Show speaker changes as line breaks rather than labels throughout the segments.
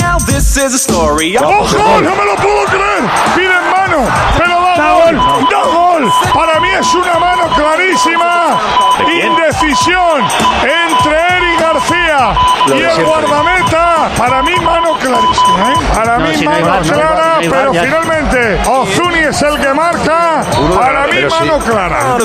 Now this is a story.
¡Dos gol! ¡No me lo puedo creer! ¡Pide mano! ¡Pero da gol! ¡Da gol! Para mí es una mano clarísima. Indecisión entre Eric García y el guardameta. Para mí mano clarísima. ¿eh? Para mí
si no hay
mano
VAR, no hay VAR,
clara,
no hay VAR,
pero
ya.
finalmente Ozuni es el que marca. Para mí mano clara.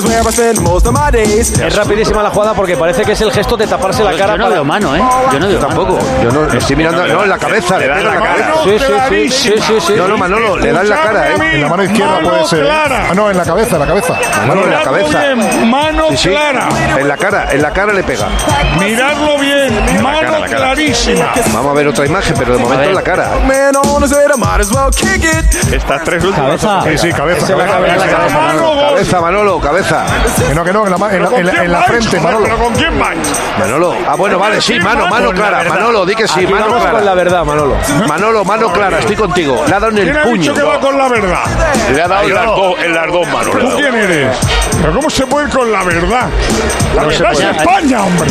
Es rapidísima la jugada porque parece que es el gesto de taparse la
Yo-
cara
yo no
para-
veo mano, ¿eh? Yo no veo tampoco.
Yo no, estoy mirando, no, en la cabeza, le pega en la cara.
Mano
Sí, sí, sí,
clarísima.
sí, sí, sí.
No, no, Manolo, le da en la cara, ¿eh?
En la mano
izquierda ¿eh?
puede ser. Ah,
no, en la cabeza, en la cabeza. Manolo, en la
Miradlo
cabeza.
bien, Mano
Sí, sí.
clara.
En la cara, en la cara le pega.
Miradlo bien. Mano
cara, la cara.
clarísima.
Vamos a ver otra imagen, pero de momento en la cara.
Estas tres últimas.
Cabeza.
Sí, sí, cabeza.
cabeza, cabeza,
Manolo, gol.
Cabeza, Manolo, cabeza. Que no, que no, en la,
¿Pero con quién vais, joder? ¿Pero con quién vais?
Manolo. Ah, bueno, vale, sí, mano, mano clara. Manolo, di que sí,
Aquí
mano
vamos con la
clara.
verdad, Manolo.
Manolo, mano clara, estoy contigo. Le ha dado en
¿Quién
el
ha dicho
puño.
que va con la verdad?
Le ha dado en las dos, manos.
¿Tú quién eres? ¿Pero cómo se puede ir con la verdad? La
se
verdad es
puede.
España, hombre.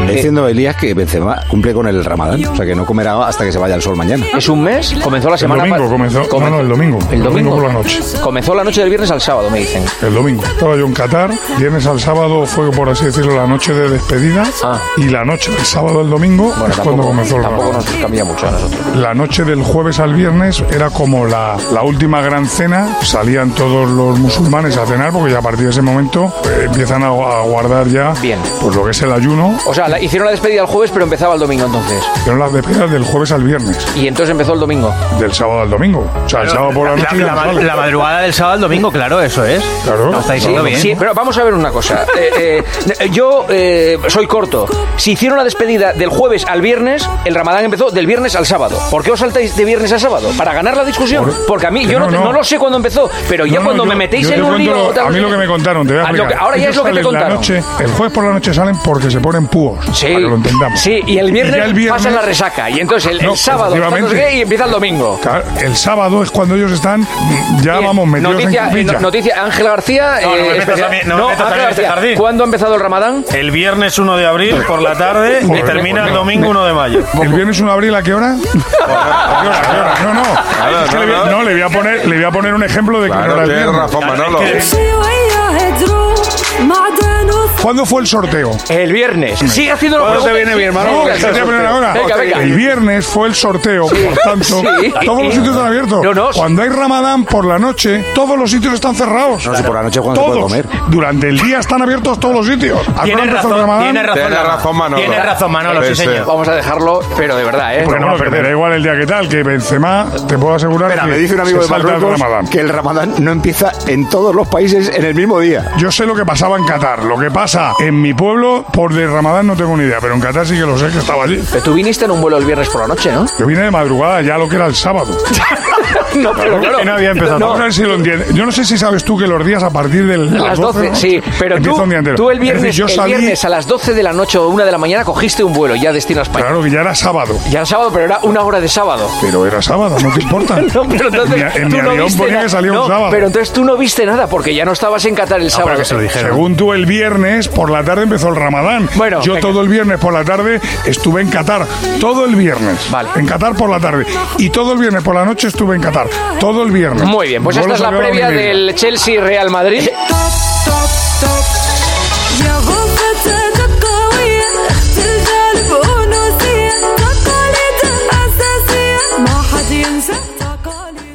Está diciendo Elías que Benzema cumple con el Ramadán, o sea que no comerá hasta que se vaya el sol mañana.
Es un mes, comenzó la
El
semana.
domingo
pa-
comenzó.
come-
No, no, el domingo.
El domingo.
por la noche.
Comenzó la noche del viernes al sábado, me dicen.
El domingo. Estaba yo en Qatar. Viernes al sábado fue, por así decirlo, la noche de despedida.
Ah.
Y la noche del sábado al domingo es cuando comenzó el
tampoco
Ramadán.
nos cambia mucho a nosotros.
La noche del jueves al viernes era como la, la última gran cena. Salían todos los musulmanes a cenar porque ya a partir de ese momento eh, empiezan a, a guardar ya
Bien.
pues lo que es el ayuno.
O sea, la- hicieron la despedida el jueves, pero empezaba el domingo entonces.
Pero las despedidas del jueves al viernes,
Y entonces empezó el domingo.
del sábado al domingo. O sea, el sábado por la noche. ya no sale.
madrugada del sábado al domingo, claro, eso es.
Claro.
Lo está
Sí,
diciendo bien.
sí, pero vamos a ver una cosa. Eh, eh, yo eh, soy corto. Si hicieron la despedida del jueves al viernes, el ramadán empezó del viernes al sábado. ¿Por qué os saltáis de viernes a sábado? ¿Para ganar la discusión?
Por-
Porque a mí,
que
yo no,
no,
te-
no.
no lo sé cuándo empezó, pero ya
No, no,
cuando
yo-
me metéis
yo
en
te
un
cuento
lío...
lo-
tal-
A mí lo que me contaron, te voy a
Ah, lo que-
explicar.
ahora ya
Ellos
es lo que te
salen la
contaron.
noche- el jueves por la noche salen porque se ponen púos.
Sí,
Para que lo entendamos.
sí, y el viernes,
ya el viernes-
pasa la resaca. Y entonces el, el
No,
sábado está no sé
efectivamente.
qué, y empieza el domingo.
Claro, El sábado es cuando ellos están, mm, ya
Bien,
vamos, metidos
noticia,
en
eh,
capilla.
no- noticia, Ángel García.
No, no me
eh,
metas
especial-
a mí- no me
No,
metas a
Ángel
mí en este
García,
jardín.
¿Cuándo ha empezado el ramadán?
El viernes 1 de abril por la tarde y
Joder,
termina el
joder.
domingo 1 de mayo.
¿El viernes 1 de abril a qué hora? ¿A qué hora? ¿A qué hora? No, no. Es que le voy a- No, le voy a poner, le voy a poner un ejemplo de que no era el viernes.
Manolo.
¿Cuándo fue el sorteo?
El viernes. Sigue haciendo lo
¿Cuándo te viene mi hermano?
No,
Venga,
que se te ponen ahora.
Venga, venga.
El viernes fue el sorteo, por tanto,
Sí.
todos los sitios están abiertos.
No, no.
Cuando hay Ramadán por la noche, todos los sitios están cerrados.
No, si por la noche es cuando se
todos.
puede comer.
Durante el día están abiertos todos los sitios. ¿A qué hora
Tienes
empezó el
razón,
Ramadán?
tienes razón,
Tienes
Manolo.
razón, Manolo.
Tienes razón, Manolo, sí,
Sí, sí.
señor.
Vamos a dejarlo, pero de verdad, ¿eh?
Porque no, que me da igual el día que tal, que Benzema, te puedo asegurar
Espera,
que
me dice un amigo
se
de
salta el Ramadán.
Marruecos que el Ramadán no empieza en todos los países en el mismo día.
Yo sé lo que pasaba en Qatar. Lo que pasa en mi pueblo, por de Ramadán no tengo ni idea, pero en Qatar sí que lo sé que estaba allí.
Pero tú viniste en un vuelo el viernes por la noche, ¿no?
Yo vine de madrugada ya lo que era el sábado.
no, pero claro.
Que no había empezado.
No,
Vamos a ver si lo entiende. Yo no sé si sabes tú que los días a partir de
A las 12,
¿no?
sí, pero tú,
Empieza un día entero.
tú el,
Es decir,
viernes,
yo
el
salí-
viernes a las 12 de la noche o 1 de la mañana cogiste un vuelo ya destino a España.
Claro que ya era sábado.
Ya era sábado, pero era una hora de sábado.
Pero era sábado, no te importa.
No, pero entonces
En mi- en
tú
mi
no
avión
viste
ponía
nada.
que salía un
No,
sábado.
Pero entonces tú no viste nada porque ya no estabas en Qatar el sábado.
que se lo dijeron.
Según tú, el viernes por la tarde empezó el ramadán.
Bueno,
Yo
venga.
todo el viernes por la tarde estuve en Qatar. Todo el viernes.
Vale.
En Qatar por la tarde. Y todo el viernes por la noche estuve en Qatar. Todo el viernes.
Muy bien, pues esta
Vuelo
es la
salió a la
previa
una y media.
del Chelsea Real Madrid.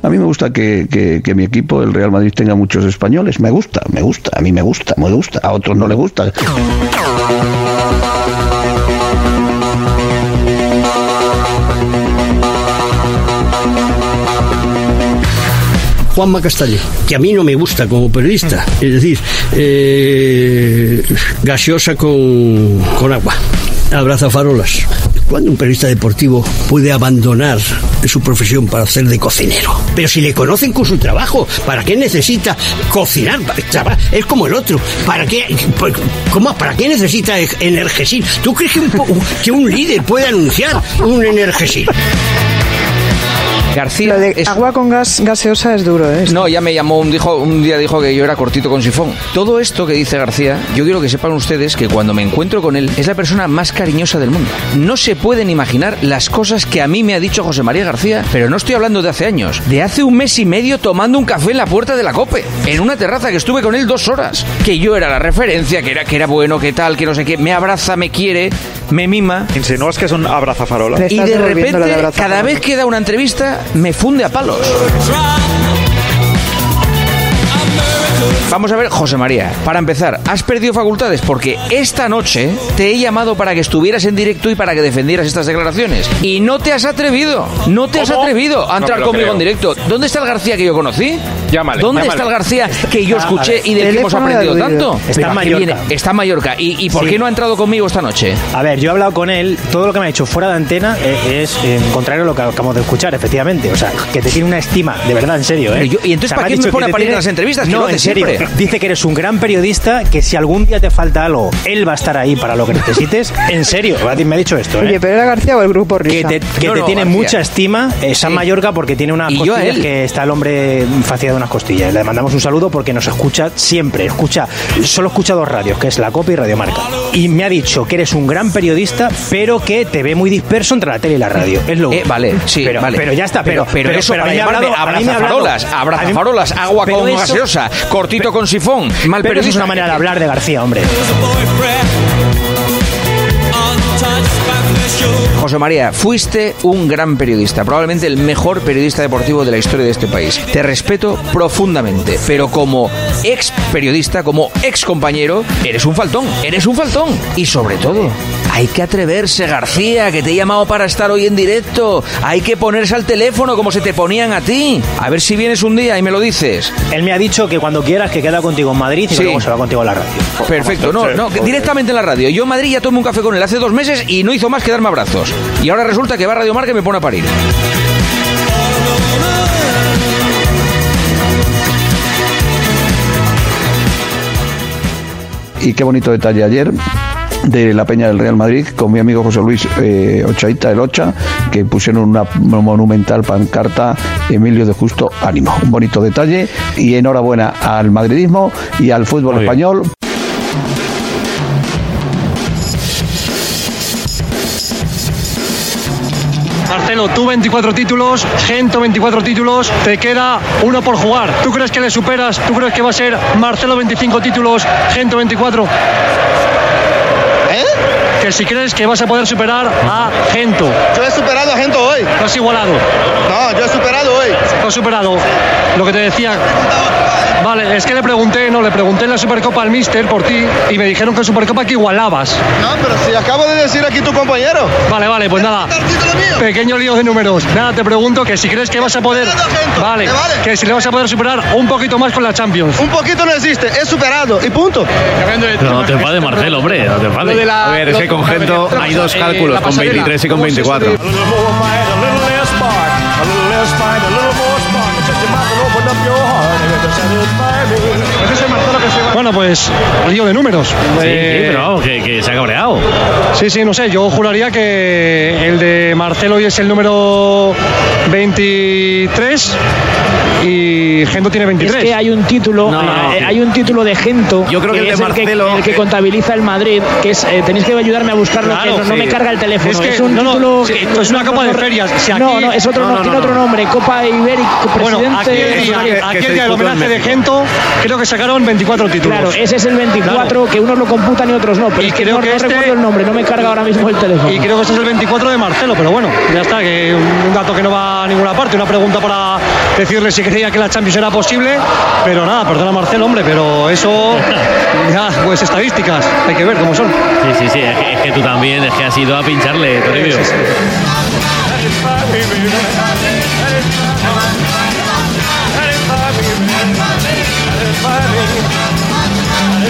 A mí me gusta que, que- que mi equipo, el Real Madrid, tenga muchos españoles. Me gusta, me gusta, a mí me gusta, me gusta. A otros no le gusta.
Juanma Castaño, que a mí no me gusta como periodista. Es decir, eh, gaseosa con, con agua. Abraza farolas. ¿Cuándo un periodista deportivo puede abandonar su profesión para hacer de cocinero? Pero si le conocen con su trabajo, ¿para qué necesita cocinar? Traba- Es como el otro. ¿Para qué, por- cómo- ¿para qué necesita e- energisil? ¿Tú crees que un, po- que un líder puede anunciar un energisil?
García es-
Agua con gas gaseosa es duro, ¿eh?
No, ya me llamó, un, dijo, un día dijo que yo era cortito con sifón. Todo esto que dice García, yo quiero que sepan ustedes que cuando me encuentro con él es la persona más cariñosa del mundo. No se pueden imaginar las cosas que a mí me ha dicho José María García, pero no estoy hablando de hace años, de hace un mes y medio tomando un café en la puerta de la COPE, en una terraza que estuve con él dos horas, que yo era la referencia, que era, que era bueno, que tal, que no sé qué, me abraza, me quiere, me mima.
Insinúas que es un abrazafarola.
Y de repente, cada vez que da una entrevista, me funde a palos. Vamos a ver, José María, para empezar, has perdido facultades porque esta noche te he llamado para que estuvieras en directo y para que defendieras estas declaraciones. Y no te has atrevido, no te has
¿Cómo?
atrevido a
No
entrar
me lo
conmigo
creo.
en directo. ¿Dónde está el García que yo conocí?
Llámale,
¿Dónde
llámale.
está el García que yo
Está-
escuché y del que hemos
Ah, Teléfono de
aprendido
oído.
tanto?
Está en
¿A qué
Mallorca.
viene? Está en Mallorca. ¿Y, y por
Sí.
qué no ha entrado conmigo esta noche?
A ver, yo he hablado con él, todo lo que me ha dicho fuera de antena eh, es eh, contrario a lo que acabamos de escuchar, efectivamente. O sea, que te tiene una estima, de verdad, en serio. ¿eh?
Pero yo- ¿y entonces
O sea,
para
ha
qué me
dicho que
pone
te
para ir a
tiene-
las entrevistas? Que
No,
lo hace
en serio.
siempre.
Dice que eres un gran periodista, que si algún día te falta algo, él va a estar ahí para lo que necesites. En serio, me ha dicho esto. ¿eh?
Oye, pero era García o el grupo
que
Risa.
te, que
No,
te
no,
tiene
García.
mucha estima eh, San Mallorca porque tiene unas
Y yo a
costillas
él.
que está el hombre faciado de unas costillas. Le mandamos un saludo porque nos escucha siempre. Escucha, solo escucha dos radios, que es La Copa y Radio Marca. Y me ha dicho que eres un gran periodista, pero que te ve muy disperso entre la tele y la radio. Es lo
Eh,
único.
vale, sí,
pero,
vale.
pero ya está, pero,
pero, eso
pero a
para
mí me ha
llamarme
hablado- a mí me ha hablado-
abrazafarolas,
a mí-
abrazafarolas, agua
pero
con
eso-
gaseosa, cortito con sifón, mal
pero eso es
periodista.
una manera de hablar de García, hombre.
José María, fuiste un gran periodista, probablemente el mejor periodista deportivo de la historia de este país. Te respeto profundamente, pero como ex periodista, como ex compañero, eres un faltón, eres un faltón. Y sobre todo, hay que atreverse, García, que te he llamado para estar hoy en directo. Hay que ponerse al teléfono como se te ponían a ti. A ver si vienes un día y me lo dices.
Él me ha dicho que cuando quieras que queda contigo en Madrid y
Sí.
que luego se va contigo a la radio.
Perfecto, no, no, que directamente en la radio. Yo en Madrid ya tomé un café con él hace dos meses y no hizo más que darme abrazos. Y ahora resulta que va a Radio Marca y me pone a parir.
Y qué bonito detalle ayer de la Peña del Real Madrid con mi amigo José Luis eh, Ochaita, el Ocha, que pusieron una monumental pancarta Emilio de Justo Ánimo. Un bonito detalle y enhorabuena al madridismo y al fútbol español.
Marcelo, tú 24 títulos, Gento 24 títulos, te queda uno por jugar. ¿Tú crees que le superas? ¿Tú crees que va a ser Marcelo 25 títulos, Gento 24? ¿Eh? Que si crees que vas a poder superar a Gento. Yo he superado a Gento hoy. Lo has igualado. No, yo he superado hoy. Lo has superado. Lo que te decía. Vale, es que le pregunté, no, le pregunté en la Supercopa al Mister por ti y me dijeron que en Supercopa que igualabas.
No, pero si acabo de decir aquí tu compañero. Este
Vale, vale, pues nada. Pequeño lío de números. Nada, te pregunto que si crees que vas a poder. Vale, que si le vas a poder superar un poquito más con la Champions.
Un poquito no existe, es superado y punto.
No te enfades, Marcelo, hombre, no te enfades.
A ver, es que con Gento hay dos cálculos, con 23 y con 24.
satisfied, a little more spark. Just your mouth and open up your heart. and it'll satisfy me.
Bueno, pues lío de números.
Sí,
Eh,
sí, pero vamos, que, que se ha cabreado.
Sí, sí, no sé, yo juraría que el de Marcelo hoy es el número 23 y Gento tiene 23.
Es que hay un título,
No, no,
eh,
no.
hay un título de Gento.
Yo creo que el de
es
Marcelo-
el que, contabiliza el Madrid, que es eh, tenéis que ayudarme a buscarlo,
Claro,
que no, no
sí.
me carga el teléfono.
Es
Es,
que-
un
no, no,
título
sí,
que
esto es una copa de ferias, si aquí-
no, no, es otro,
No,
no,
no,
tiene
no,
otro
no.
nombre, Copa Ibérica,
Bueno,
presidente.
aquí el día, aquí el día del homenaje de Gento, creo que sacaron 24 títulos.
Claro, ese es el 24 que unos lo computan y otros no, pero es que
creo
no,
que
no
este-
recuerdo el nombre, no me carga ahora mismo el teléfono.
Y creo que ese es el 24 de Marcelo, pero bueno, ya está, que un un dato que no va a ninguna parte, una pregunta para decirle si creía que la Champions era posible, pero nada, perdona Marcelo, hombre, pero eso, ya, pues estadísticas, hay que ver cómo son.
Sí, sí, sí, es que, es que tú también, es que has ido a pincharle, Toribio.